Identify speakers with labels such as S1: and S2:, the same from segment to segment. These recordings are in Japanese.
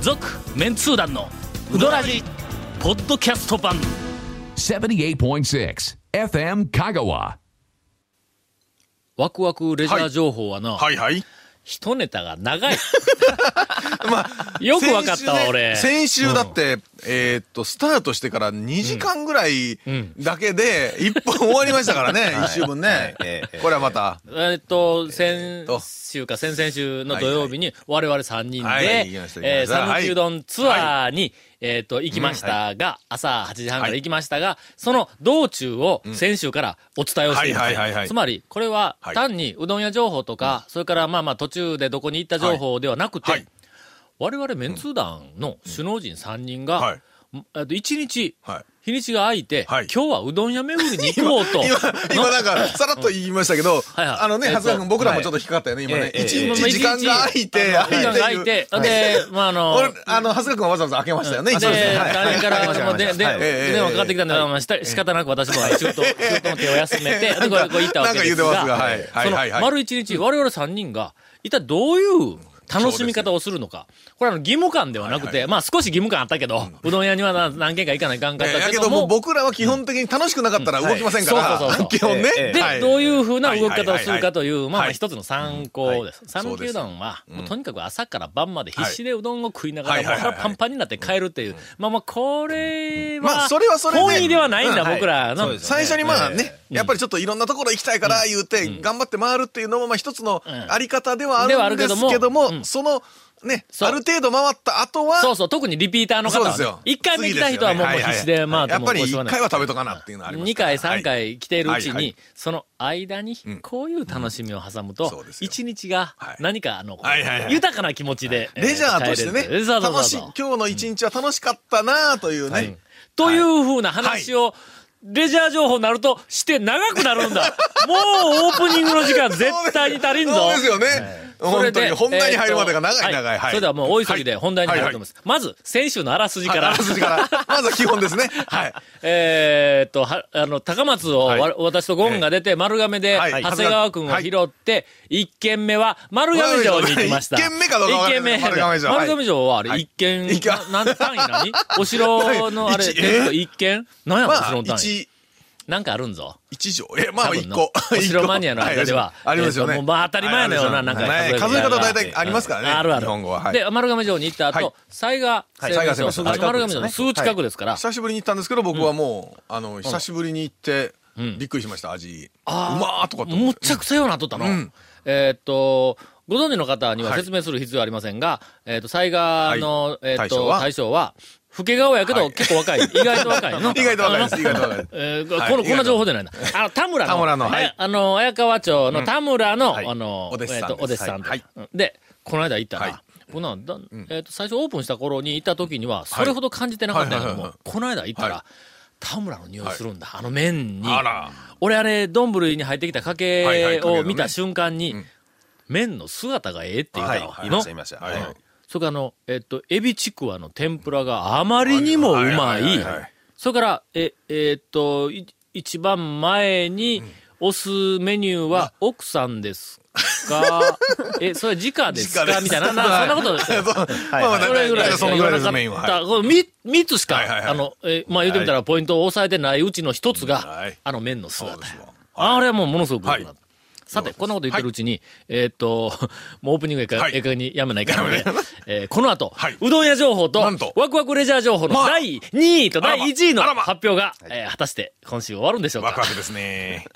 S1: 続メンツー団のウドラジポッドキャスト版
S2: 78.6 FM Kagawa.
S1: ワクワクレジャー情報はな、
S3: はいはい。
S1: 一ネタが長 い
S3: まあ、
S1: よくわかったわ
S3: 先週ね
S1: 俺
S3: 先週だって、えーっと、スタートしてから2時間ぐらいだけで、1本終わりましたからね、1週分ね。これはまた、
S1: えっと先
S3: と
S1: 週か先々週の土曜日に我々3人で、
S3: はいはい行きました
S1: えー、
S3: 行きました
S1: サヌキうどんツアーに、えっと行きましたが、朝8時半から行きましたが、その道中を先週からお伝えをしています、
S3: はいはいはいはい
S1: つまりこれは
S3: はい
S1: 単にうどん屋情報とか、それからまあまあ途中でどこに行った情報ではなくて、
S3: はい
S1: 我々メンツー団の首脳陣3人
S3: は
S1: が
S3: い、
S1: えっと1日、
S3: はい
S1: 日にちが空いて、
S3: はい
S1: 今日はうどん屋巡りに行こうと。
S3: 今、今なんか、さらっと言いましたけど、
S1: はいはい
S3: あのね、
S1: えっと
S3: 初川君、僕らもちょっと引っかかったよね、今ね。
S4: ええ
S3: 一
S4: え
S1: え
S3: 日時間が空いて、
S1: あの時間が
S3: 空
S1: 空
S3: い
S1: い
S3: て。
S1: て、で、まああの、
S3: 俺、あの、初川君はわざわざ開けましたよね、
S1: で、
S3: 一日ねはい
S1: 誰から
S4: はい
S1: もうで、で、
S4: はい
S3: ええ
S1: 電話かかってきたんで、まあ、した仕方なく私も仕事、仕事の手を休め て、で、これ、こう行ったわけですが、
S3: なんか言うてますがはい
S1: その
S3: はいはいはい
S1: 丸一日、我々三人が、一体どういう楽しみ方をするのか。これ、あの、義務感ではなく
S3: はい
S1: て、まあ、少し義務感あったけど、うどん屋にはな何軒か行かないかんかっ
S3: ええ
S1: た
S3: や
S1: け
S3: け
S1: ど
S3: どもう
S1: も、
S3: 僕らは基本的に楽しくなかったら動きませんか
S1: うんそうそうそう
S3: ら、基本ね。
S4: ええ
S1: で、
S3: はい
S1: どういうふうな動き方をするかという、まあまあ
S3: はい
S1: 一つの参考です。
S3: はい
S1: 讃岐うどんは、もうとにかく朝から晩まで必死でうどんを食いなが
S3: は
S1: ら、
S3: い
S1: もう
S3: はいはいはい
S1: 腹パンパンになって帰るっていう、まあまあこれは、
S3: まあそれはそれで
S1: 本意ではないんだ、
S3: うんはい
S1: 僕らの。
S4: そうですよね
S3: 最初にまあね、
S1: うん
S3: やっぱりちょっといろんなところ行きたいから言うて、頑張って回るっていうのもまあ一つの
S1: ん
S3: あり方では
S1: ではあ
S3: ある
S1: るけ
S3: んで
S1: ど
S3: す
S1: も
S3: けど
S1: うん
S3: も、そのね、
S1: そう
S3: ある程度回った後は、
S1: そうそう、特にリピーターの方
S3: そうで
S1: は
S3: す
S1: ね
S3: よ。、
S1: 一回目来た人はもうもう
S3: 次
S1: 必
S3: す
S1: 死
S3: よね
S1: で、まあ、
S3: はいはいはい
S1: もうこう
S3: やっぱり
S1: しょうがな
S3: 一回は食べとかなっていうのはあります
S1: 2回、3
S3: はい
S1: 回来ているうち
S3: はいは
S1: に
S3: い、
S1: その間に、こういう楽しみを挟む
S3: そ
S1: と
S3: うで、すよ
S1: 一日が
S3: はい
S1: 何か、あの、こう
S3: はいはいはい
S1: 豊かな気持ちで、えー
S3: レジャーとして
S1: 帰れる
S3: ね、
S1: そうそうそう
S3: 楽しい、
S1: そう
S3: 今日の一日は楽しかったなというね。
S1: というふうな話を、レジャー情報になるとして長くなるん だ。もうオープニングの時間絶対に足りんぞ。
S3: そうですよね。
S1: それ
S3: 本当
S1: で
S3: に、本題に入るまでが長
S1: えー
S3: い
S1: と
S3: 長い。はい。
S1: それではもう大急ぎで本題に入ると思いますす。まず、先週のあらすじ
S3: は
S1: か
S3: いはい
S1: ら。
S3: あらすじから。まずは基本ですね。はい。
S1: えーっと、は、あの、高松をわ、
S3: はい
S1: 私とゴンが出て、丸亀で、
S3: はい
S1: 長谷川くんを拾って、一軒目は丸亀城に行きました。
S3: 一軒目かどうかわかんない
S1: 一軒目
S3: 丸亀城はい
S1: 丸亀城はあれ、
S3: はい
S1: 一軒、
S3: 一軒
S1: ななん単位 何お城のあれ、
S3: 一
S1: えっと一軒なんやろ、お
S3: ま
S1: 城
S3: あ
S1: の、単位。
S3: 一、
S1: なんかあるんぞ。
S3: 一条。え、ま
S1: 多
S3: あ
S1: 分
S3: 一
S1: の
S3: 個。、
S1: お城マニアの間では
S3: ありますよ
S1: えっ
S3: ね。
S1: ともうまあ当たり前のような、なんか
S3: はい数え方大体ありますからね。
S1: あるある。
S3: 日本語は。はい
S1: で、丸亀城に行った後、
S3: はい
S1: 西賀
S3: はい
S1: 製麺所、
S3: 西賀製麺所
S1: あの丸亀城のすぐ近くですから、
S3: 久しぶりに行ったんですけど、僕はもう、あの、久しぶりに行って、びっくりしました、味。う
S1: あー
S3: まーとかと思
S1: む
S3: っ。
S1: ってちゃくちゃようなっとったの。
S3: うん
S1: えーっと、ご存知の方には
S3: はい
S1: 説明する必要はありませんが、えーっと、災害の、えーっ
S3: 大
S1: と、
S3: 将は
S1: 大将は、老け顔やけど、
S3: はい
S1: 結構若い。意外と若いの。
S3: 意外と若いです、意外と若いです。
S1: えー
S3: はい
S1: この、
S3: 意外と
S1: こんな情報じ ゃないな。あの、田村の。
S3: 田村の
S1: あ
S3: はい
S1: あの、綾川町の田村の、
S3: はい
S1: あの、
S3: お弟子さ
S1: えー
S3: んです
S1: っとお弟子さんで,、
S3: はい
S1: で、この間行ったら、
S3: はい
S1: 僕なんだ、えーっと、最初オープンした頃に行った時には、それほど感じてなかったんやけども、
S3: はいはい
S1: この間行ったら、
S3: は
S1: 田村の匂いするんだ。あの麺に。
S3: あら。
S1: 俺あれ、丼に入ってきたか
S3: はいはい
S1: け
S3: かけのね
S1: を見た瞬間に、麺の姿がええって言うた
S4: はい
S1: ら、
S4: 言い
S1: の
S4: ました言いましたはい
S1: それからあの、えっと、エビちくわの天ぷらがあまりにもうま
S3: はいはい
S1: い
S3: はいはい。
S1: それから、え、えっと、い一番前に、押すメニューは奥さんです かえ、それ直 ですか
S3: 直です
S1: みたいな、なそんな こと、
S3: まあまあ、
S1: それぐらい
S3: 大体そのぐらいです、メインは。はい
S1: これ三三つしか、
S3: はいはいはい
S1: あの、えーまあ言うてみたらポイントを抑えてないうちの一つが、
S3: はい
S1: あの麺の姿
S3: そうですわ
S1: あれはもうものすごく良くなった。
S3: はい
S1: さて、こんなこと言ってるうちに、えーっと、 もうオープニングやから、
S3: はい
S1: ええ加減にやめないからね
S3: やめ。
S1: えーこの後、
S3: はいう
S1: どん屋情報と
S3: なんと、
S1: ワクワクレジャー情報の
S3: まあ
S1: 第2位と第1位の
S3: あらまあらま
S1: 発表が、えー果たして今週終わるんでしょう
S3: ワク
S1: か
S3: ワ。クですね。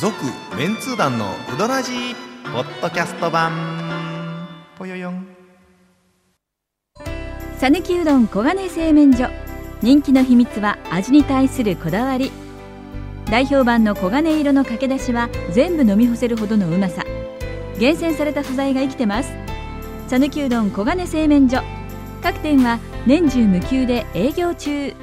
S4: 続メンツー団のうどらじポッドキャスト版ぽよよん
S5: さぬきうどん黄金製麺所人気の秘密は味に対するこだわり代表版の黄金色のかけだしは全部飲み干せるほどのうまさ厳選された素材が生きてます「さぬきうどん黄金製麺所」各店は年中無休で営業中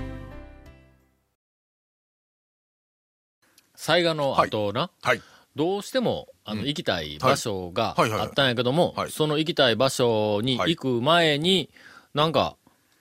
S1: 災害の後な、
S3: はい。
S1: どうしても、あの、
S3: うん
S1: 行きたい場所が
S3: はいはいはい
S1: あったんやけども、
S3: はい
S1: その行きたい場所に行く前に、なんか、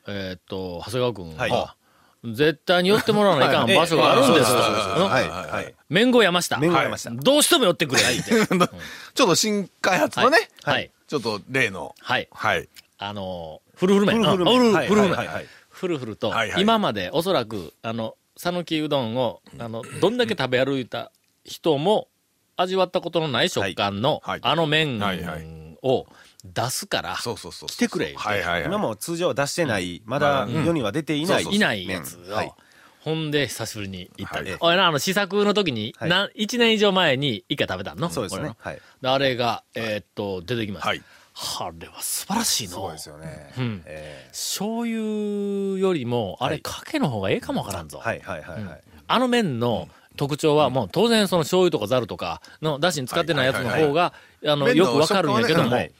S1: えーっと、長谷川くんが、
S4: はい
S1: 絶対に寄ってもらわない かん場所があるんですと。
S3: そうそうそうそう
S1: うん
S4: はい、はい。
S1: 面後山下。
S4: 面後山下
S1: どうしても寄ってくれ。はい。
S3: ちょっと新開発のね、
S1: はいはい
S3: ちょっと例の、
S1: はい。
S3: はい。
S1: あのー、フルフル麺。
S4: フルフル麺
S1: あフル
S4: はい
S1: フルフル
S4: はいはいはい
S1: 麺。フルフルと
S3: はい、はい
S1: 今までおそらく、あの、讃岐うどんを、あの、どんだけ食べ歩いた人も味わったことのない食感の、
S3: はい
S1: あの麺
S3: はいはい
S1: を出すから、
S3: そうそうそうそ
S1: 来
S3: う。
S1: てくれ言うて
S3: はいはい
S4: 今
S3: はい。
S4: も通常は出してない、まだ世には出ていない。
S1: いないやつ
S4: はい
S1: を、ほんで久しぶりに行ったり
S4: はい。
S1: 俺な、あの、試作の時に、
S4: はい
S1: な1年以上前に一回食べたの
S4: そうです
S1: 俺
S4: ね
S1: の。
S4: はい。
S1: であれが、えーっと、出てきました。
S3: はい。
S1: あれは素晴らしいの。
S4: そうですよね。
S1: うん
S4: え
S1: 醤油よりも、あれ、かけの方がええかもわからん
S4: ー
S1: ぞ。
S4: はいはいは
S1: う
S4: い
S1: ん
S4: はい。
S1: あの麺の特徴は、もう当然その醤油とかざるとかのだしに使ってないやつの方が、あの、
S3: 麺の
S1: よくわかるんやけど
S3: 食感は
S1: も
S4: ね、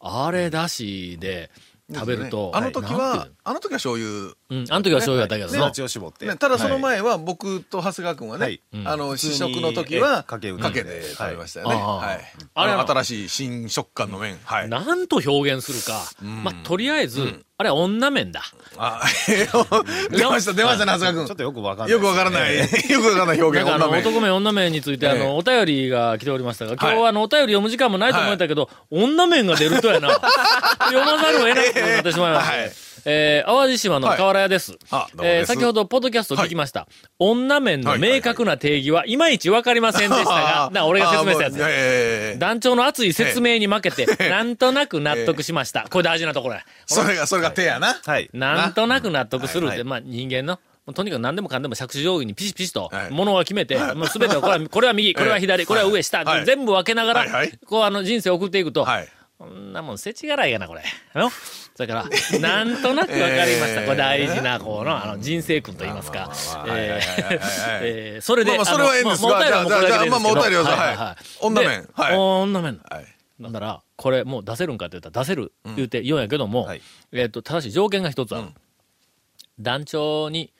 S1: あれだしで食べると、
S3: あの時
S1: なん
S3: は
S1: ていう、
S3: あの時は醤油。
S1: うん、あの時は醤油やったけど
S4: ね
S1: な
S4: 形を絞って。
S3: ねただその前は僕と長谷川君はね、
S4: はい
S3: あの、試食の時
S4: え
S3: は、
S4: かけうどん
S3: かけで食べましたよね。
S1: うんああ
S3: はい。
S1: あ
S3: あ
S1: れ
S3: れ新しい新食感の麺。はい。
S1: なんと表現するか。まあ、とりあえず、あれは女麺だ。
S3: あ、 えー出ました、出ましたね、長谷川
S4: ちょっ
S3: 君。
S4: とよくわかんない。
S3: よくわからない、よくわからない表
S1: なん
S3: 現、
S1: かあの、
S3: 女
S1: 男
S3: 麺。
S1: 麺、女麺について、あ
S3: ええ
S1: の、お便りが来ておりましたが、今日
S3: は
S1: はあの、お便り読む時間もないと思えたけど、女麺が出ると やな。読まざるを得なくなってしまいました。
S3: ええはい
S1: えー淡路島の
S3: はい
S1: 河原屋です。
S3: あどうも
S1: えー
S3: です
S1: 先ほど、ポッドキャスト聞きました。女麺の明確な定義はいまいちわかりませんでしたが、な、俺が説明したや
S3: あもう
S1: つ。
S3: えー
S1: 団長の熱い説明に負け て、なんとなく納得しました。これ大事なところや。
S3: それが、それが手やな。
S4: はい。
S1: なんとなく納得するっ
S4: はい
S1: て、
S4: はい
S1: まあ人間の、もうとにかく何でもかんでも着手定規にピシピシと
S3: はい
S1: ものを決めて、もう全てをこ れは、これは右、これは左、これは上、下、
S3: はい
S1: 全部分けながら、
S3: はいはい
S1: こうあの人生を送っていくと、
S3: はい。
S1: こんなもん世知辛いやな、これ。あのだ から、なんとなく分かりました。
S3: えー
S1: これ大事な、この、あの、人生訓と言いますか。えーえーそれで、
S3: まあまあそれはええんですが
S1: あのもうもうお便りはもうこれだけでいいんですけど
S3: じゃあじゃあまあまあお便りを
S1: はいはいはい
S3: はい女面はい
S1: で女面。
S3: はい。
S1: なんだら、これもう出せるんかって言ったら出せる言うて言うんやけども、
S4: はい
S1: えっ、と、ただし条件が一つある。団長に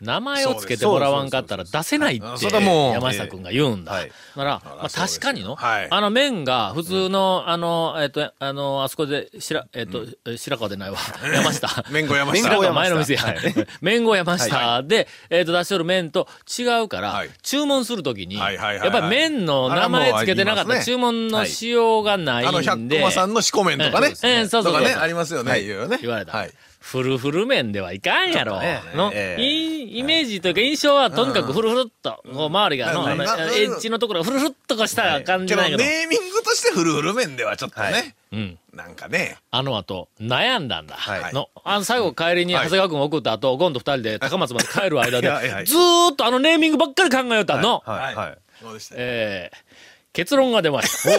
S1: 名前を付けてもらわんかったら出せないって
S3: そうですそうですそうですはいあそれはもう
S1: 山下君が言うんだ。
S4: はい
S1: なら、
S3: ら
S1: まあ、確かにの、
S3: そうですよはい
S1: あの麺が普通の、あの、えっ、と、あの、あそこで、しら、えっ、と、え白川でないわ。 山下。
S3: 麺後山下
S1: 白川前の店や。 麺後山下で、えっ、と、出しとる麺と違うから、
S3: はい
S1: 注文するときに、
S3: はいはいはい
S1: や
S3: はい
S1: っぱり麺の名前付けてなかった
S3: あ
S1: ら
S3: らもう言いますね
S1: 注文のしようがない
S3: あの、
S1: ん
S3: 百
S1: で、
S3: 駒さんの四股麺とか
S1: ええ
S3: ね。
S1: ええそうそうそう
S3: とかね、ありますよね、いろいろね。
S1: 言われた。
S3: はい。
S1: フルフル麺ではいかんやろ。
S4: ね
S1: の、
S4: ええ
S1: いいイメージというか印象はとにかくフルフルっと、こう周りが、の、
S3: うん
S1: あの
S3: うん
S1: エッジのところがフルフルっとこうした感じ
S3: けど、
S1: なんやけど、
S3: ネーミングとしてフルフル麺ではちょっと
S4: は
S3: ね、
S1: うん。
S3: なんかね。
S1: あの後、悩んだんだ。
S4: はい
S1: の、あの、最後帰りに長
S3: はい
S1: 谷川君送った後、ゴンと二人で高松まで帰る間で
S3: はいは、い
S1: ずーっとあのネーミングばっかり考えよったの。
S4: はいはい。
S3: そうでしたよ。
S1: えー結論が出ました。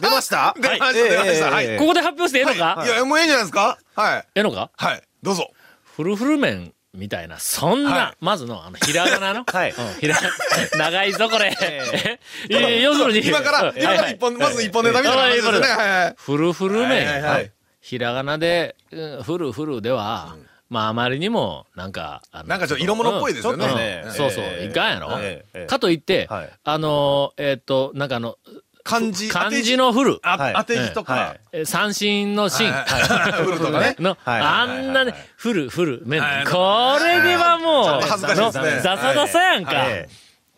S4: 出ました
S3: 出ました出ましたはい
S1: ここで発表してええのか、
S3: いや、もういいんじゃないですかはい。
S1: ええのか
S3: はい。どうぞ。
S1: フルフル麺みたいな、そんな、
S3: は
S1: まずの、あの、ひらがな の、
S4: はい
S1: うん、ひら、 長いぞ、これ。
S4: え
S1: いやいや要するに、
S3: 今から、
S1: うん
S3: 今から一本、まず一本ネタみたいな話ですね。
S1: はい
S3: はいはい。
S1: フルフル麺、
S3: はいはいはい
S1: ひらがなで、うんフルフルでは、まあ、あまりにも、なんか、あの
S3: なんかちょっと色物っぽいですよね
S1: うん
S4: ね
S1: うんそうそう、
S4: ええ
S1: いかんやろ、
S4: ええ
S1: かといって、
S4: はい
S1: あのー、えっと、なんかあの、
S3: 漢字、
S1: 漢字のフル、
S3: あ
S4: はい
S3: 当て字と
S4: は
S3: か
S4: い、
S1: え三振の芯、
S3: はいフルとかね。
S1: の、
S4: はい
S1: あんなね、フルフル麺、
S3: はい
S1: これでは
S3: ちょ
S1: も
S3: っ
S1: う、
S3: と恥ずかしいですね
S1: のザサザサやんか。
S4: はい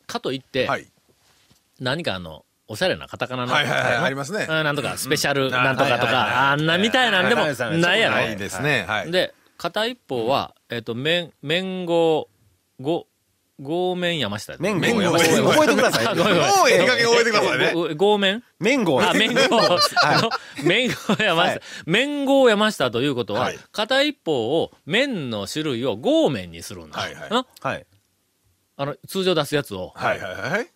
S1: かといって、
S3: はい。
S1: 何かあの、おしゃれなカタカナの、
S3: はいはいはい
S1: あの
S3: ありますね
S1: あなんとか、スペシャルなんとかと
S4: はいはいはい
S1: か、あんなみたいなんでも
S4: はいはいはい
S1: ないや
S4: は
S1: ろ
S3: いいですね。はい。
S1: で、片一方は、えっと、麺、麺号、ご、ご麺山下。
S4: 麺
S1: ご
S4: 号
S3: 麺号
S4: やばい覚えて くださ
S1: あ
S4: い
S1: ごめんごめん
S4: ね。
S3: もういい加減覚えてくださいね。
S1: ごご麺
S4: 麺号
S1: あ、麺号、あの麺号山
S4: は
S1: 下
S4: い。
S1: 麺号山下ということは
S3: はい、
S1: 片一方を、麺の種類を合麺にするんだ
S3: はいは。い
S1: な
S4: はい。
S1: あの、通常出すやつを、
S3: はいはいはい。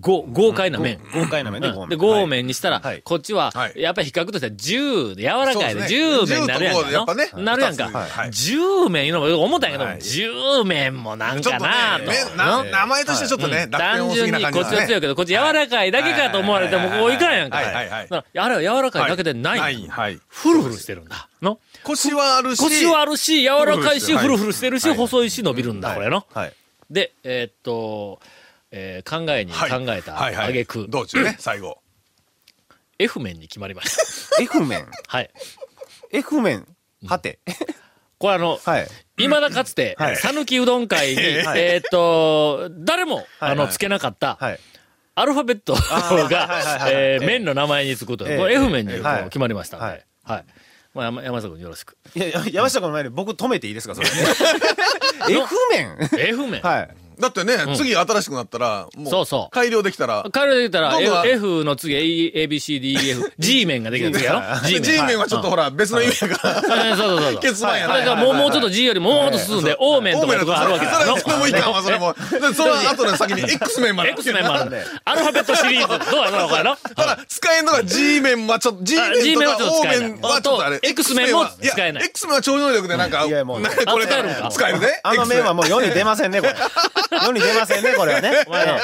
S1: ご豪快な麺。
S4: 豪快な麺で
S1: うん
S4: ご
S1: で、
S4: めん。
S1: ゴーメンにしたら、
S4: はい
S1: こっちは、
S3: はい
S1: やっぱり比較としては10で、柔らかいで、
S3: そう
S1: 10
S3: です
S1: 麺に
S3: ね
S1: なるやんか
S3: 10とこうやっぱね
S1: のなるやんか。
S3: はいはい
S1: 10麺いうのも思ったんやけど、
S3: はい
S1: 10麺もなん
S3: ちょ
S1: か
S3: っと
S1: なと。
S3: ね、麺な名前としてちょっとね、楽天
S1: 単
S3: 多す
S1: 純
S3: ぎな
S1: にこっ
S3: 感
S1: ち
S3: じで
S1: は
S3: す
S1: 強い
S3: ね。
S1: けど、こっち柔らかいだけかと思われても、こういかんやんか。
S3: はいはいはい
S1: だからあれは柔らかいだけでない。
S3: はいはい。
S1: フルフルしてるんだ。の
S3: 腰はあるし。
S1: 腰はあるし、柔らかいし、フ
S3: フ
S1: ル
S3: ル
S1: フル
S3: フル
S1: し
S3: してて
S1: る
S3: る
S1: し、細いし伸びるんだ、これの。
S4: はい。
S1: で、えーっと、えー考えに考えた
S3: はいはい
S1: 挙句、
S3: 道中ね、最後。
S1: F 面に決まりました。
S4: F 麺。
S1: はい。
S4: F 麺。はて。
S1: これあの、
S4: はい。
S1: いまだかつて
S4: は、い
S1: 讃岐うどん会に、
S4: はい
S1: えーっと、誰も、
S4: はい
S1: あの、つけなかった、
S4: はい。
S1: アルファベット
S4: ーはいはい
S1: が、
S4: はいはい
S1: えー
S4: ええ
S1: 麺の名前につくと。こ
S4: ええ
S1: れ F 麺にこう
S4: はい
S1: 決まりましたんで。は
S4: はいい。
S1: まあ、山山下君よろしく。
S4: いや、や山下君の前で僕止めていいですか、それ。F 面
S1: F 麺。
S4: はい。
S3: だってね、次新しくなったら、も
S1: そうそう
S3: 改良できたら、
S1: 彼らで言ったら、
S3: どうも
S1: A- F の次、A- ABCDEF、G 面ができた次やろ
S3: G 面はちょっとほら、別の意味やか
S1: そ
S3: ら、
S1: うそうそうそう。
S3: ケツマンやな
S1: はいだからもう、もうちょっと G よりももうちょっと進んで、O 面とか
S3: オーメ
S1: いうと
S3: ン
S1: こ
S3: と
S1: があるわけだ
S3: それそれもいかん
S1: よ。
S3: わ、それも。でその後の先に X 面まで。
S1: X 面もあるんで。アルファベットシリーズ、どうやろうなこれの
S3: ただ、使えんのが G 面はちょっと、G
S1: あ G
S3: 面
S1: 面
S3: と
S1: はちょ
S3: か
S1: っと
S3: O
S1: 使えない
S3: 面はちょっとあれ
S1: あ。と X 面も
S3: X 面は
S1: 使えない
S3: や X 面は超能力でなんか、
S4: いやもう
S3: なんかこれ
S1: あ使えるのか
S3: 使えるね。
S4: あの
S3: X 面
S4: 面はもう世に出ませんね、これ。世に出ませんね、これはね。
S1: お前の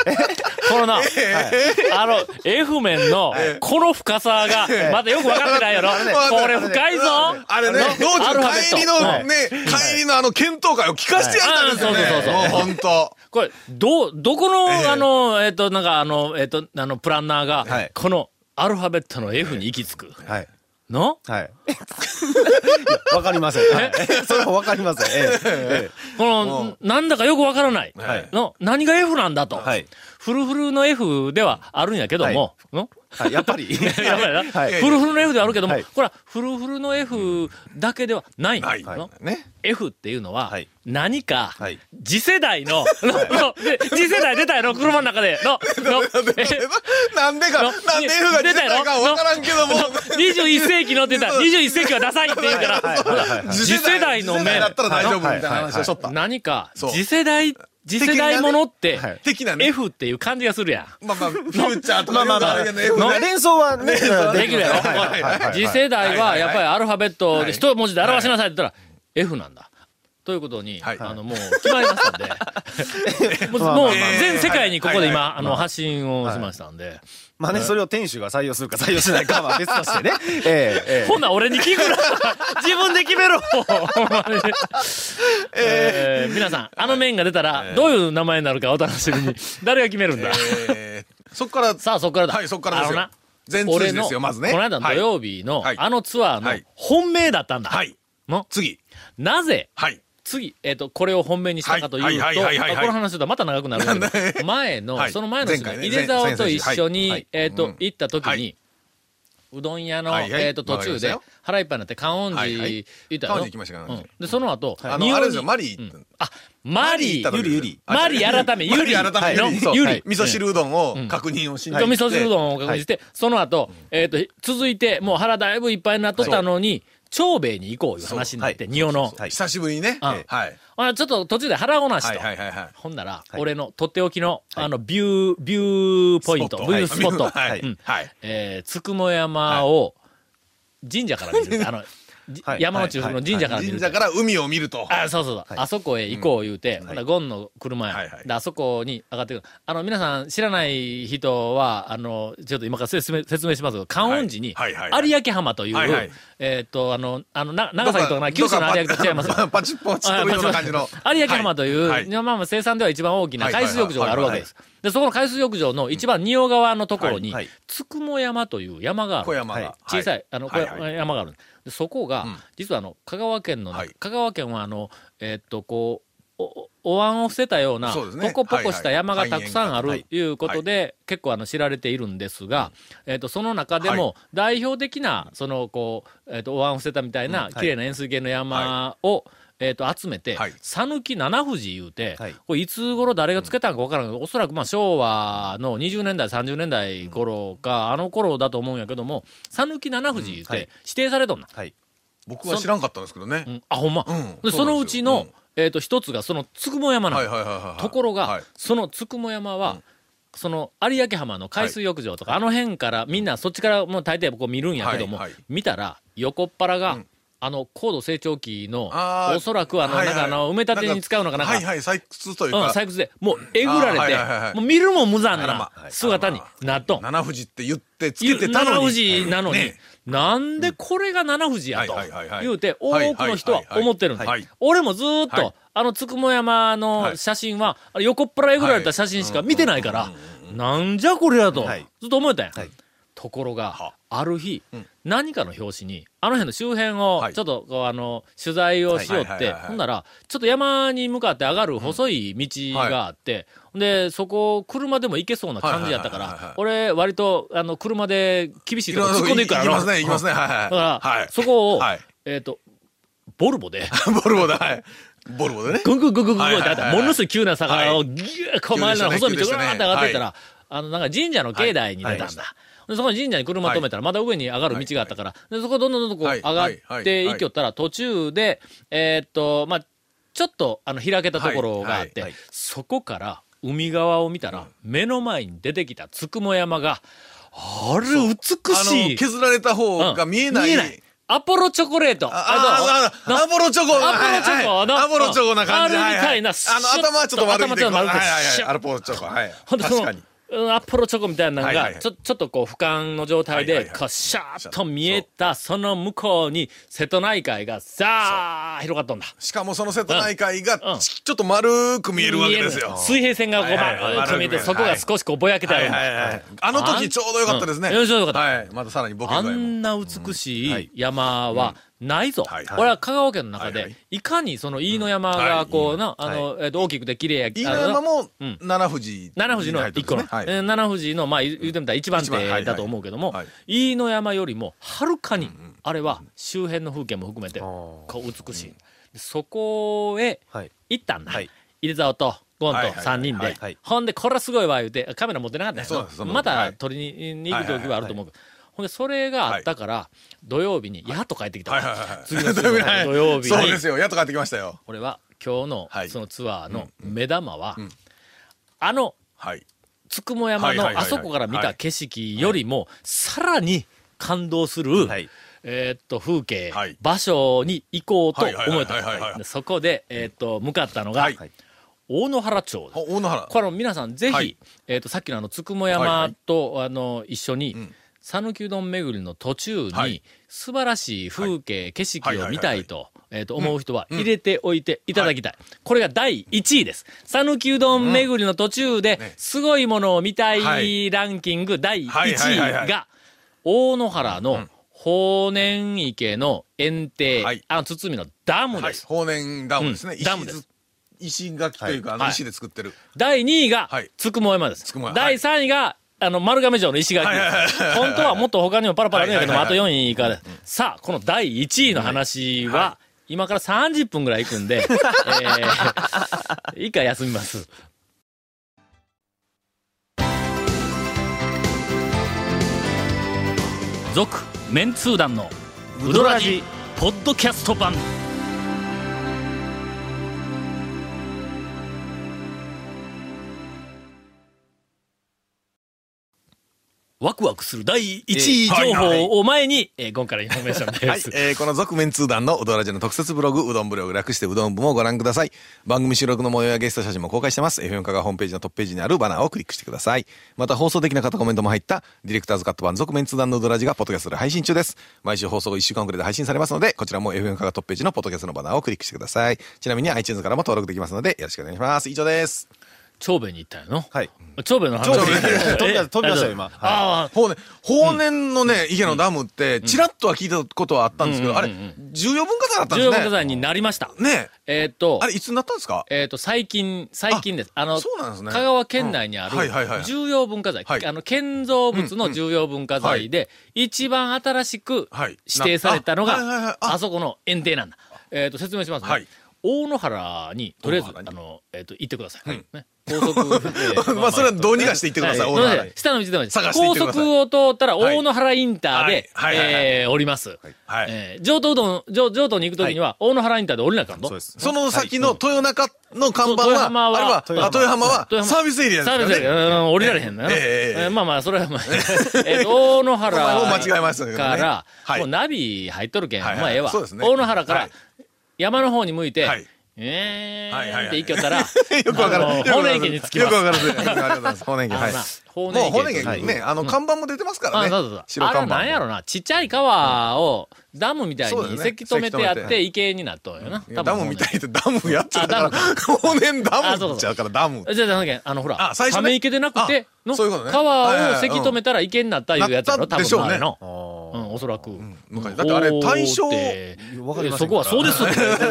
S1: このな、あの、F 面の、この深さが、まだよくわかってないやろ。これ深いぞ
S3: あれね、道
S1: ア
S3: 中
S1: ルフ
S3: の
S1: ァベット
S3: 帰りのね、帰りのあの検討会を聞かせてやったんですよね
S1: はいあーそうそう。
S3: もう本当。
S1: これ、ど、どこの、
S3: ええ
S1: あの、えっ、と、なんか、あの、えっ、と、あの、プランナーが、
S4: はい
S1: この、アルファベットの F に行き着く。
S4: はい。
S1: の
S4: はい。いやわかりません。はいそれはわかりません。えええ
S1: この、なんだかよくわからない。
S4: はい
S1: の、何が F なんだと。
S4: はい
S1: フルフルの F ではあるんやけども、の
S4: えはいやっぱり。
S1: やばいな、
S4: はい
S1: フルフルの F ではあるけども、
S4: はい
S1: これはフルフルの F だけではない。
S3: ない
S1: の
S3: ね。
S1: F っていうのは
S4: はい、
S1: 何か
S4: はい、
S1: 次世代の、のので次世代出たやろ、車の中で。の、の、え
S3: なんでか、
S1: の
S3: なんで F が出たのかわからんけども。
S1: 21世紀のって言ったら、21世紀はダサいって言うから、
S4: はいはいはいはい
S1: 次世代の
S3: 次世代
S1: 面
S3: だっ、たら大丈夫みたいな話をしとった。
S1: 何か、
S3: そう
S1: 次世代、次世代ものって、
S4: はい
S3: 的なね。
S1: F っていう感じがするやん。
S3: まあまあ、フューチャーと
S4: ま
S3: か
S4: あまあまあ。
S3: 言うとあれやけど F
S4: まあ
S3: ね
S4: 連想はね、できます
S1: できるやろ
S4: はいはいはいはい
S1: 次世代は、やっぱりアルファベット
S3: は
S1: で
S3: い
S1: 一文字で表しなさいって言ったら、F なんだ。ということに、
S3: はい
S1: あの、もう決まりました んで、もう
S4: まあまあ
S1: もう
S4: まあ
S1: 全世界にここで今、あの、
S4: まあ
S1: 発信をしましたんで、
S4: まあね、それを店主が採用するか採用しないかは別と してね。ええええ
S1: ほんなら俺に聞く な自分で決めろ ほんまにえー皆さん、あの面が出たら、どういう名前になるかお楽しみに。誰が決めるんだ
S3: えーそっから、
S1: さあ、そっからだ。
S3: はい、そっからです
S1: あの
S3: よ
S1: な。
S3: 全通
S1: 俺
S3: じで
S1: の、
S3: すよ、まずね。
S1: この間の土曜日の、
S3: はい
S1: あのツアー
S3: は
S1: の
S3: い
S1: 本命だったんだ。
S3: はい。はい。
S1: の
S3: 次。
S1: なぜ、
S3: はい。
S1: 次、えっ、と、これを本命にしたかというと、
S3: はいはいはいはいはい
S1: あこの話だとまた長くなるんだけど、 前の、
S3: はい
S1: その前の週の
S3: 前回ね
S1: 井出沢と一緒に、
S3: 前はい
S1: えっ、と、
S3: うん
S1: 行った時に、
S3: はいう
S1: どん屋の、
S3: はいはい
S1: えっ、と、途中で
S3: わかりまし、
S1: 腹いっぱいになって、観音寺、
S3: はいはい
S1: 行ったの
S3: 観音寺行きました観音寺
S1: うんで、その後、
S3: あ
S1: 日
S3: の、
S1: 本
S3: あ
S1: に
S3: れですよ、マリー。
S1: あ、マリー、
S4: ゆりゆり
S1: マリー改め、ゆり、
S3: マリー改め
S1: の
S3: ゆりそう
S1: ゆ
S3: は
S1: り
S3: い、味噌汁うどんを確認をしない
S1: 味噌汁うどんを確認して、その後、えっ、と、続いて、もう腹だいぶいっぱいになっとったのに、長兵衛に行こういう話になって、
S4: そう
S1: 仁王の。
S4: はい
S3: 久しぶりにね。
S1: うん
S3: はい。はい
S1: あちょっと途中で腹ごなしと。
S3: はいはいはい。
S1: ほんなら、
S4: い
S1: 俺のとっておきの、あの、ビュー、ビューポイント、ビュースポット。
S3: は
S4: はい
S3: い。はい。
S1: えー、つくも山を、神社から見る。あの、じ
S4: はい
S1: 山の中腹の神社から見る
S3: 神。社から海を見ると。
S1: あ、そうそうそう。あそこへ行こう言うて、ほんならゴンの車
S3: は
S1: や
S3: いは。い
S1: であそこに上がってくる。あの、皆さん知らない人は、あの、ちょっと今から説明説明しますけど、観音寺に、
S3: はいはいはい
S1: 有明浜とい、
S3: はいはいう
S1: えっと、あの、あの、な長崎とかな、九州の有明と違いますよ
S3: どっ。かパチッ パチッとるような感じの。
S1: 有明浜という、
S3: はい
S1: まあまあ生産では一番大きな
S3: はいはい
S1: 海
S3: はい
S1: 水浴場があるわけです。で、そこの海水浴場の一番仁王川のところに、
S4: はいはい
S1: つくも山という山があ
S3: 小
S1: る。
S3: 山が。
S1: 小さい、あの、小
S3: はいは
S1: 山がある。でそこが、
S3: ん
S1: 実はあの、香川県のな、
S3: はい
S1: 香川県はあの、えーっと、こう、お、おお椀を伏せたような、
S3: そうですね
S1: ポコポコした山が
S3: はいは
S1: た
S3: い
S1: くさんあ
S3: は
S1: る
S3: い
S1: ということで、結構あの知られているんですが、えーっと、その中でも代表的な、その、こう、えーっと、お椀を伏せたみたいな、綺麗な円錐形の山を、えーっと、集めて
S3: はい、
S1: 讃岐七富士言うて、
S4: はい
S1: い、これいつ頃誰がつけたんかわからんけど、おそらくまあ昭和の20年代、30年代頃か、あの頃だと思うんやけども、讃岐七富士言う
S4: うんは
S1: て
S4: い
S1: 指定されとんな。
S4: はい。
S3: 僕は知らんかったんですけどね
S1: う。んあ、ほんま。
S3: うん
S1: で、そのうち
S3: そうな
S1: の
S3: んです、
S1: えっと、一つがそのつくも山な
S3: はい
S1: の。
S3: はいはいはい。
S1: ところ
S3: は
S1: が
S3: い、
S1: そのつくも山は、その有明浜の海水浴場とか、あの辺からみんなそっちからもう大抵こう見るんやけども
S3: はいはい、
S1: 見たら横っ腹
S3: う
S1: が
S3: ん、
S1: あの、高度成長期の
S3: あ、ー
S1: おそらくあの、
S3: は
S1: ないん
S3: はい
S1: かあの、埋め立てに使うのかなん
S3: はい
S1: か、
S3: はい、採掘という
S1: うん、
S3: か。
S1: 採掘で、もうえぐら
S3: あーはいはい
S1: れ
S3: はい
S1: て、もう見るも無残
S3: あら
S1: な
S3: まはい
S1: 姿になっとん。
S3: 七富士って言ってつけてたのに。
S1: 七富士なのに、
S3: ね
S1: なんでこれが七富士やと
S3: はいはいはいはい
S1: 言うて、多くの人は思ってるんだ
S3: はいはいはいはい
S1: 俺もずーっと、
S3: はい
S1: あの、つくも山の写真は、あれ横っ腹えぐられた写真しか見てないから、なんじゃこれやと、
S4: はい
S1: ずっと思えたんや。
S4: はい
S1: ところが
S3: は、
S1: ある日
S3: うん、
S1: 何かの表紙に、あの辺の周辺を
S3: は、い
S1: ちょっと、こう、あの、取材をしよっ
S3: はいはい
S1: て、
S3: はいはい
S1: ほんなら、ちょっと山に向かって上がる細い道があって、で、そこ、車でも行けそうな感じやったか
S3: はいはいはい
S1: ら
S3: はい、
S1: 俺、割と、あの、車で厳しいとこ突っ込んでいくから
S3: 行
S1: な
S3: きますね、行きますね。はいはい。
S1: だから、
S3: はい。
S1: そこを、
S3: はい
S1: えっ、と、ボルボで、
S3: ボルボで、はい。ボルボでね。
S1: ぐんぐんぐんぐんぐん
S3: はい
S1: ぐん
S3: はい
S1: だ
S3: は
S1: っ
S3: い
S1: て、ものすごい急な坂をぎゅーこう回りながら細い道
S3: 急で
S1: を
S3: し
S1: ぐ
S3: たね
S1: らーって上がってったら、あの、なんか神社の境内に出たんだ。
S3: はい
S1: でそこの神社に車止めたら、また上に上がる道があったから、でそこどんどんどんどんこう
S3: はい
S1: 上がっていきよったら、途中で、えーっと、まあちょっと、あの、開けたところがあって、
S3: はいはい
S1: そこから海側を見たら、目の前に出てきたつくも山が、あれ、美
S3: あ
S1: しい
S3: の、。削られた方が見えない。
S1: アポロチョコレート。
S3: あああああアポロチョコ
S1: アポロチョコ
S3: はいはい
S1: な
S3: アポロチョコな感じ
S1: あれみたいな
S3: は
S1: シュッ
S3: はあの頭はちょっと悪いん
S1: 頭ち
S3: で
S1: ょっと丸くて
S3: はいはいはい
S1: シュッ
S3: アポロチョコはい
S1: ほんでそ
S3: 確
S1: の
S3: かに
S1: うんアップロチョコみたいなの
S3: はいはい
S1: が、
S3: はい
S1: ちょ、ちょっとこう、俯瞰の状態
S3: はい
S1: で、
S3: はいはい
S1: こう、シャーッと見えた、その向こうに、瀬戸内海が、さあ、広がっとんだ。
S3: しかもその瀬戸内海
S1: うんうん
S3: がちちょっと丸く見えるわけです
S1: 見え
S3: よ
S1: る水平線がこう、
S3: はいはい
S1: まあ
S3: 丸く
S1: 見
S3: 見
S1: え
S3: え
S1: て、
S3: る
S1: そこが少しこう、ぼやけてあ
S3: は
S1: る
S3: い
S1: んだ。
S3: はいはいあの時ちょうどよかったですね
S1: うんちょうどよかった
S3: はいまたさらに僕
S1: あ
S3: 具合も
S1: んな美し
S3: はい
S1: 山はないぞ。
S3: はい
S1: 俺は香川県の中
S3: はい
S1: で
S3: は、
S1: いかにその飯野山がこうな、あの、えっと、大きくて綺麗や
S3: 飯
S1: あ
S3: 野
S1: の
S3: 山も
S1: うん
S3: 七富士
S1: 七富士の一個の、
S3: に入って
S1: えー七富士の、まあ、言う言うてみたら一番
S3: 一番はいは
S1: 手
S3: い
S1: だと思うけども、
S3: はい
S1: 飯野山よりもはるかに、あれは周辺の風景も含めて、こう美しい。でそこへ
S4: はい
S1: 行ったんだ。
S4: はい
S1: 入沢と、ゴン
S3: は
S1: と
S3: いはいはい
S1: 三人
S3: は
S1: で
S3: い
S4: はい。
S1: ほんで、これはすごいわ、言うて、カメラ持ってなかったん
S3: そう
S1: や
S3: です
S1: けど、
S3: そうです
S1: ま
S3: は
S1: た
S3: い
S1: 撮りにに行く時はあると思うけど。ほんで、それがあったから、土曜日に、やっと帰ってきた
S3: はいはいはいは
S1: わ
S3: い。
S1: 次 の次の土曜日
S3: そう
S1: に
S3: で、すよやっと帰ってきましたよ
S1: 俺は今日の
S3: はい
S1: そのツアーの目玉は
S3: うんうん、
S1: あの、
S3: はい
S1: つくも山
S3: はいはいはい
S1: の
S3: は
S1: あ
S3: い
S1: そこから見た景色よりも、さらに感動する、
S4: はい
S1: えーっと、風景、
S3: はい
S1: 場所に行こうと思え
S3: はいはいはいはい
S1: た
S3: は。い
S1: でそこで、えーっと、向かったのが、
S3: はい
S1: 大野原町です
S3: あ大野原
S1: これも皆さんぜひ、
S3: はい
S1: えっ、と、さっきのあの、つくも
S3: はいは
S1: 山
S3: い
S1: と、あの、一緒に
S3: ん、
S1: 讃、岐、うどん巡りの途中に、
S3: はい
S1: 素晴らしい風景、景色
S3: はい
S1: を
S3: はいはい
S1: 見たいと、えっ、と、思う人は入れておいていただきたい。これが第1位です。讃岐うどん巡りの途中で、
S3: ね
S1: すごいものを見た
S3: はいい
S1: ランキング第1位が、
S3: はいはいはいはい
S1: 大野原の、法然池の園庭、
S3: はい
S1: あの、堤のダム
S3: は
S1: で
S3: い
S1: す。
S3: 法然ダムですね
S1: うんダムです
S3: 石垣というかあ
S1: は
S3: の
S1: い
S3: 石で作ってる
S1: 第2位が
S3: はい、
S1: つくも山です。
S3: つくも山
S1: 第3位が、あの、丸亀城の石垣
S3: はいはいはい
S1: です。本当はもっと他にもパラパラあるんやけども、
S3: は
S1: あ
S3: い
S1: と
S3: はいは
S1: 4位以下で。さあ、この第1位の話は、今から30分ぐらい行くんで、 えー、以下休みます。続、メンツー団の、ウドラジ、ポッドキャスト版。ワクワクする第1位
S3: えーはい
S1: 情報を前に、えー今回からインフォメーションです。
S3: はい、えーこの続面通談のうどらじの特設ブログ、うどんブログ略してうどん部もご覧ください。番組収録の模様やゲスト写真も公開してます。F4 課がホームページのトップページにあるバナーをクリックしてください。また放送できなかったコメントも入った、ディレクターズカット版続面通談のうどらじがポッドキャストで配信中です。毎週放送後1週間くらいで配信されますので、こちらも F4 課がトップページのポッドキャストのバナーをクリックしてください。ちなみに iTunes からも登録できますので、よろしくお願いします。以上です。
S1: 長兵衛に行ったんやの
S4: はい。
S1: 長兵衛の話。
S4: 長兵衛飛び出
S1: え
S4: 飛び出したよ今はい
S1: あ
S3: 法然、法然のね、池のダムって、ちらっとは聞いたことはあったんです
S1: う
S3: けど、
S1: んう
S3: あ
S1: んう
S3: れ
S1: んうん、
S3: 重要文化財だっ
S1: あ、
S3: たん
S1: 重要
S3: で
S1: 文化
S3: すね。
S1: 財になりました。
S3: ねえ
S1: えーっと
S3: あ、れ、いつになったんですか
S1: えーっと、最近、最近です。あの、
S3: そうなんですね
S1: 香川県内にある
S3: うんはいはいはい
S1: 重要文化財、
S3: はい
S1: あの建造物の重要文化財で、一番新しく
S3: はい
S1: 指定されたのが、
S3: なあはいはいはいあ
S1: あそこの園庭なんだ。えーっと、説明しますね。
S3: はい
S1: 大野原に、とりあえず、
S3: 大野
S1: あ
S3: 原に
S1: の、えーっと、行ってください。ね高速
S3: まあまあそれはどうにかして行ってください
S1: は
S3: 大野原
S1: どう
S3: に
S1: ぞ下の道でもいいです
S3: 探して行っ
S1: 高
S3: てください
S1: 速を通ったら大野原インターで、
S3: はいはいはいはい
S1: えー降ります。
S3: はい
S1: えー上東うどん、上上東に行くときには、大野原インターで降りなあかんと。
S4: そうです。
S3: その先の豊中の看板は、
S1: 豊浜は
S3: あれは、あ豊浜は
S1: 豊浜
S3: サービスエリアです
S1: サー
S3: よ
S1: ビス
S3: ね。
S1: で、うん、降りられへんのよな。
S3: ええええええ
S1: ーまあまあ、それはまあ、えっと大野原
S3: まあまあ間違えましたけどね
S1: から、
S3: はい
S1: もうナビ入っとるけん、
S3: はいはい
S1: まあええわ。
S3: そうですね
S1: 大野原から
S3: はい、
S1: 山の方に向いて、
S3: はい
S1: え
S3: はいはいは
S1: ー
S3: い
S1: って言いきよったら、
S3: よくわから
S1: あ
S3: ん。
S1: の
S3: よく
S1: 法
S3: わからん
S1: 然池につきます
S3: よくわからん。よくわからん法然池。はい
S1: あ。のな
S3: もう
S1: 法
S3: 法
S1: 然
S3: 然
S1: 池
S3: 池
S1: という
S3: ね、あの、看板も出てますから
S1: あ
S3: ね。
S1: そうそうそう
S3: 白
S1: あれ
S3: 看
S1: は
S3: 板。
S1: なんやろな、ちっちゃい川をダムみたい
S3: そうだよ
S1: に
S3: ね
S1: せき止めてやっ
S3: せき止
S1: て
S3: めて
S1: 池になっとうよな。
S3: い
S1: 多
S3: や
S1: 分
S3: ダムみたいってダムやっちゃう
S1: あ
S3: か
S1: ダ
S3: ら、法然ダ
S1: あそうそ
S3: ムっ
S1: う
S3: ちゃうから、ダム。
S1: じゃあ、なんか、あの、ほら、
S3: あ最初ね
S1: ため池でなくて、
S3: あ
S1: の、
S3: そういうことね
S1: 川をせき止めたら池になったいうやつやろ、
S3: なった
S1: 多
S3: でしょ
S1: 分
S3: う
S1: あ
S3: ね
S1: れの。うん、おそらく。
S3: 昔だってあれ大正
S1: おーって
S4: わかりませんから
S1: そこはそうですっ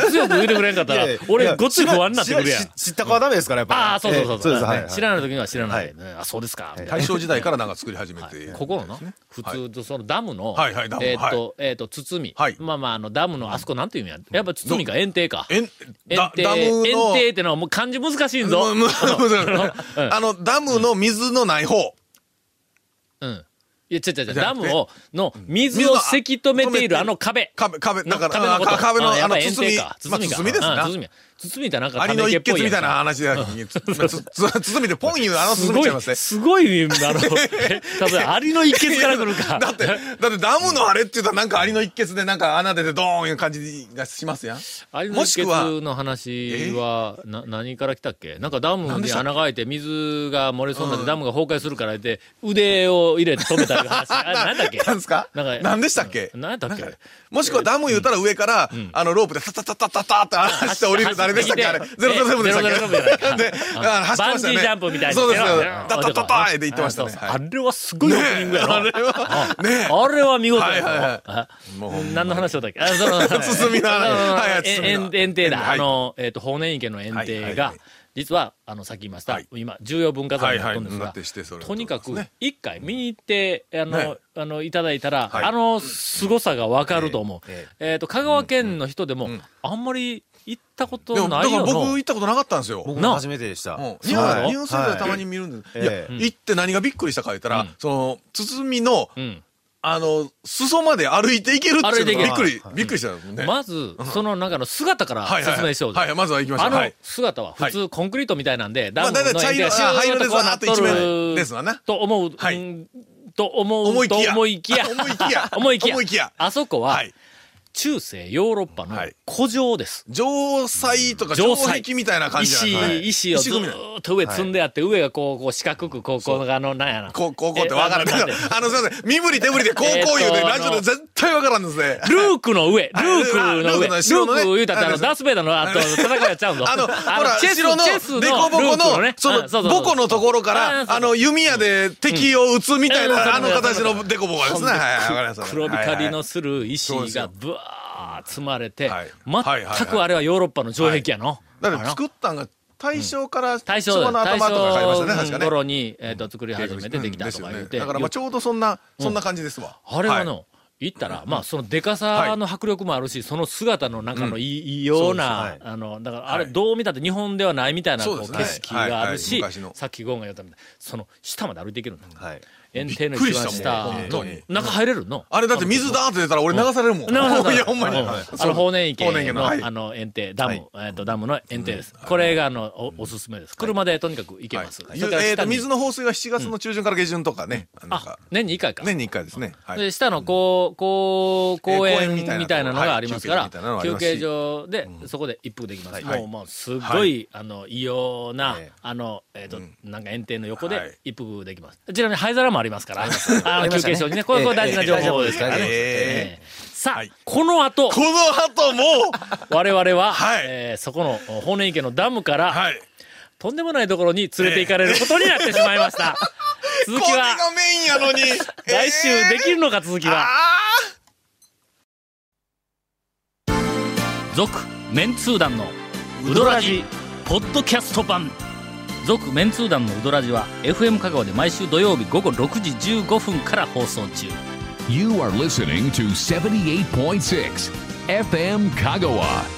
S1: て強く言ってくれんか ったら、俺、ごっつい不安になってくるやん
S4: 知。知った子はダメですから、やっぱり。
S1: ああ、そうそうそう。
S4: ええです、はい。
S1: 知らない時には知らない。ねあ、そうですか。みたいな
S3: 大正時代からなんか作り始めて。
S1: ここのな、普通とそのダムの、
S3: はいはいダム
S1: えーっと、えーっと、包み。
S3: はい
S1: まあまあ、あの、ダムのあそこなんていうんや。やっぱ包みか、園庭か。
S3: えん、
S1: 園
S3: ダ
S1: 庭、
S3: ダム
S1: 園
S3: の、
S1: 庭ってのはもう漢字難しいんぞ。
S3: むむむあの、ダムの水のない方。
S1: うん。いや、違う違う違う、
S3: じゃ
S1: ダ
S3: なく
S1: ム
S3: て
S1: を、の、水をせき止めているあの壁。
S3: 壁、壁、だか
S1: 壁の
S3: ら、あ
S1: こと
S3: か壁の、
S1: や
S3: あ
S1: っぱ
S3: の、
S1: 園
S3: 包み。
S1: 庭
S3: ま
S1: か
S3: あ、
S1: 包みか。
S3: 包みです
S1: うん
S3: な。
S1: 包み。包みってなんか、
S3: アリの
S1: ため
S3: 一
S1: 池っぽい
S3: 血
S1: や
S3: み
S1: ん
S3: たいな話で、つつつ包みでポンいうあの
S1: す
S3: 包み
S1: ご
S3: ちゃいま
S1: い、
S3: すね。
S1: すごい、あの、え例えば、アリの一血から来るか。
S3: だって、だってダムのあれって言ったらなんかアリの一血でなんか穴出てドーンいう感じがしますやん。
S1: アリの
S3: もし
S1: 一
S3: くは
S1: 血の話は、な、何から来たっけなんかダムに穴が開いて水が漏れそうになって、ダムが崩壊するから言って、腕を入れて止めたり話。あれ何だっけ
S3: なんですか
S1: なんか
S3: 何でしたっけ
S1: うん何だっけ
S3: なんかもしくはダム言うたら上から、あの、ロープでタタタタタタって走って降りる誰でしたっけあれ。
S1: 走って
S3: ゼロゼロセブンでしたっけ
S1: え007じゃない
S3: で、あ走って
S1: バ
S3: ま
S1: ン
S3: し
S1: ジ
S3: たよね。
S1: ージャンプみたいな。
S3: そうですよ。
S1: ね
S3: タタタタで言ってましたね。
S1: そうそう
S3: は
S1: あれはすごいオープニングやろ。あれは、
S3: ねえ
S1: あれは見事
S3: はいはい
S1: や
S3: は
S1: ろ。
S3: いもうほんま
S1: 何の話をだっけあ、その、
S3: 包みの話はいはい包みの
S1: 園園庭だ。
S3: は
S1: あ
S3: い
S1: の、えっと、法然池の園
S3: はいは
S1: 庭
S3: いは
S1: が
S3: い、
S1: 実は、あの、さっき言いました
S3: はい、
S1: 今、重要文化財になっとんです
S3: はいはいなってしてそ
S1: が、
S3: れ
S1: とにかく
S3: そうですね、
S1: 一回見に行って、あ
S3: ね
S1: の、あの、いただいたら、
S3: はい
S1: あの、凄さがわかると思う。えっと、香川県の人でも
S3: ん、
S1: あんまり行ったこと
S3: でも、だ
S1: な
S3: か
S1: い
S3: ら
S1: よ
S3: 僕
S1: の
S3: 行ったことなかったんですよ。
S1: ん
S3: う
S4: 僕も初めてでした。
S3: ん
S4: はい
S3: 日本
S1: はい
S3: 日本製でたまに見るんです。いや
S4: ええ、
S3: 行って何がびっくりしたか言った
S1: う
S3: ら
S1: ん、
S3: その、包みの、
S1: うん。
S3: あの、裾まで歩いていけるっていうのが
S1: 歩
S3: びっくり、びっくりしたんですね。
S1: まず、その中の姿から
S3: はいはいはい
S1: 説明しようぜ
S3: はい、まずは行きましょ
S1: あ
S3: う。は
S1: の
S3: い。
S1: 姿は普通コンクリートみたいなんで、ダム
S3: ま
S1: の
S3: あだいたい茶色
S1: 縁がシュー
S3: あ灰色
S1: とこうなっと
S3: ですわあと一
S1: る
S3: 面ですわな
S1: と思う、
S3: はい
S1: うんと思う
S3: 思い
S1: と
S3: きや。、
S1: 思いきや
S3: 思いきや。
S1: 思いきや
S3: 思いきや。
S1: あそこは
S3: はい
S1: 中世ヨーロッパの
S3: はい
S1: 古城です。
S3: 城塞とか
S1: 城
S3: 城
S1: 塞
S3: 壁みたいな感じ
S1: 石、
S3: なんですね
S1: 石をず
S3: 組みたいな
S1: ーっと上積んであって、上がこう、こう四角く、こう、こう、あの、なんやな。
S3: こう、こう、こうってわからん。
S1: え
S3: だ
S1: な
S3: か
S1: んで
S3: ら あの、すいません。身振り手振りでこう、こう言う
S1: えー
S3: て、
S1: と
S3: ラジオで絶対わからんですね。
S1: ルークの上、ルークの上、ル
S3: ルークの城の
S1: ー
S3: ね
S1: ク言うたってあ
S3: あ
S1: の、
S3: の
S1: ダースベイダーの後、戦いやっちゃうぞ。
S3: あの、ほら、
S1: チェス
S3: 城の、
S1: チェス
S3: デコボ
S1: ルー
S3: コ
S1: ク
S3: の
S1: ね、
S3: そ
S1: うん
S3: の、ボコのところか
S1: あーそう
S3: ら、
S1: そう
S3: あの、弓矢で敵を撃つみたい
S1: うん
S3: な、あの
S1: そうそう
S3: 形
S1: そう
S3: のデコボコですね。はい、はいわかりました。
S1: 黒
S3: はい
S1: 光
S3: はい
S1: りのする石
S3: そうです
S1: が
S3: よ
S1: ぶわー積まれて、
S3: はいはいはい
S1: 全くあれはヨーロッパの城壁やの。
S3: だって作ったんが大正から
S1: 大
S3: 昭
S1: 正、
S3: 和の
S1: 大
S3: 頭とか買いましたね、確か
S1: 正
S3: ね。
S1: 頃に、えっと、作り始めてできたとか言うて。
S3: だからまあちょうどそんな、そんな感じですわ。
S1: あれは
S3: はい
S1: の、言ったら、まあ、そのデカさの迫力もあるし、その姿の中のいい異様
S4: そう
S1: な
S4: で、す
S1: あの、だから、あれ、
S3: はい
S1: どう見たって日本ではないみたいなこ
S3: そう
S1: う
S3: ですね
S1: 景色がある
S3: はい
S1: し
S3: はい昔の、
S1: さっきゴーンが言ったみたいに、その、下まで歩いていけるの。
S4: はい。
S1: 園庭の
S3: びっく
S1: 一
S3: りした
S1: 番下
S3: もん本
S1: の
S3: 当に、
S1: 中入れるの。
S3: あれだって水だーって出たら俺流されるもん。
S1: なるほど。
S3: いや、ほんまに。
S1: う
S3: はい
S1: あの、法然池
S3: 法然池の
S1: の、
S3: はい
S1: あの、園庭、ダム、
S4: はい
S1: えっと、ダムの園庭です。これが、あの、お、おすすめです。車でとにかく行けます。
S3: はい
S1: それから
S3: えー
S1: 下
S3: と
S1: に
S3: 水の放水は7月の中旬から下旬とかね。なん
S1: あ
S3: か、
S1: 年に1回か。
S3: 年に1回ですね。はい
S1: で、下のこう、こう、公
S3: えー
S1: 園
S3: 公園みたいなとこ
S1: みたいなのがありますから、
S3: はい休憩所みたいなのがあり
S1: 休
S3: ますし
S1: 憩所で、そこで一服できます。
S3: はい
S1: もう、もう、すご、
S3: はい
S1: あの、異様な
S4: ええ、
S1: あの、えっと、なんか園庭の横
S3: は
S1: で
S3: い
S1: 一服できます。ちなみに灰皿もありますから、あ
S4: あ
S1: の、
S4: りま
S1: 休
S4: したね
S1: 憩所にね、これ、これ大事な情報ですから
S4: え
S1: ね。
S4: え
S3: え
S1: ええさ
S3: は
S1: あ
S3: い、
S1: この後
S3: ー、この後も、
S1: 我々は、
S3: はい
S1: えーそこのお法然池のダムから、
S3: はい。
S1: とんでもないところに連れて行かれることになってしまいま した。続
S3: こ
S1: き
S3: れ
S1: は、
S3: がメインやのに。
S1: 来週できるのか続きは、
S3: あ
S1: 続、メンツー団のウドラジ、ポッドキャスト版。続、メンツー団のウドラジは、FM 香川で毎週土曜日午後6時15分から放送中。
S2: You are listening to 78.6 FM Kagawa.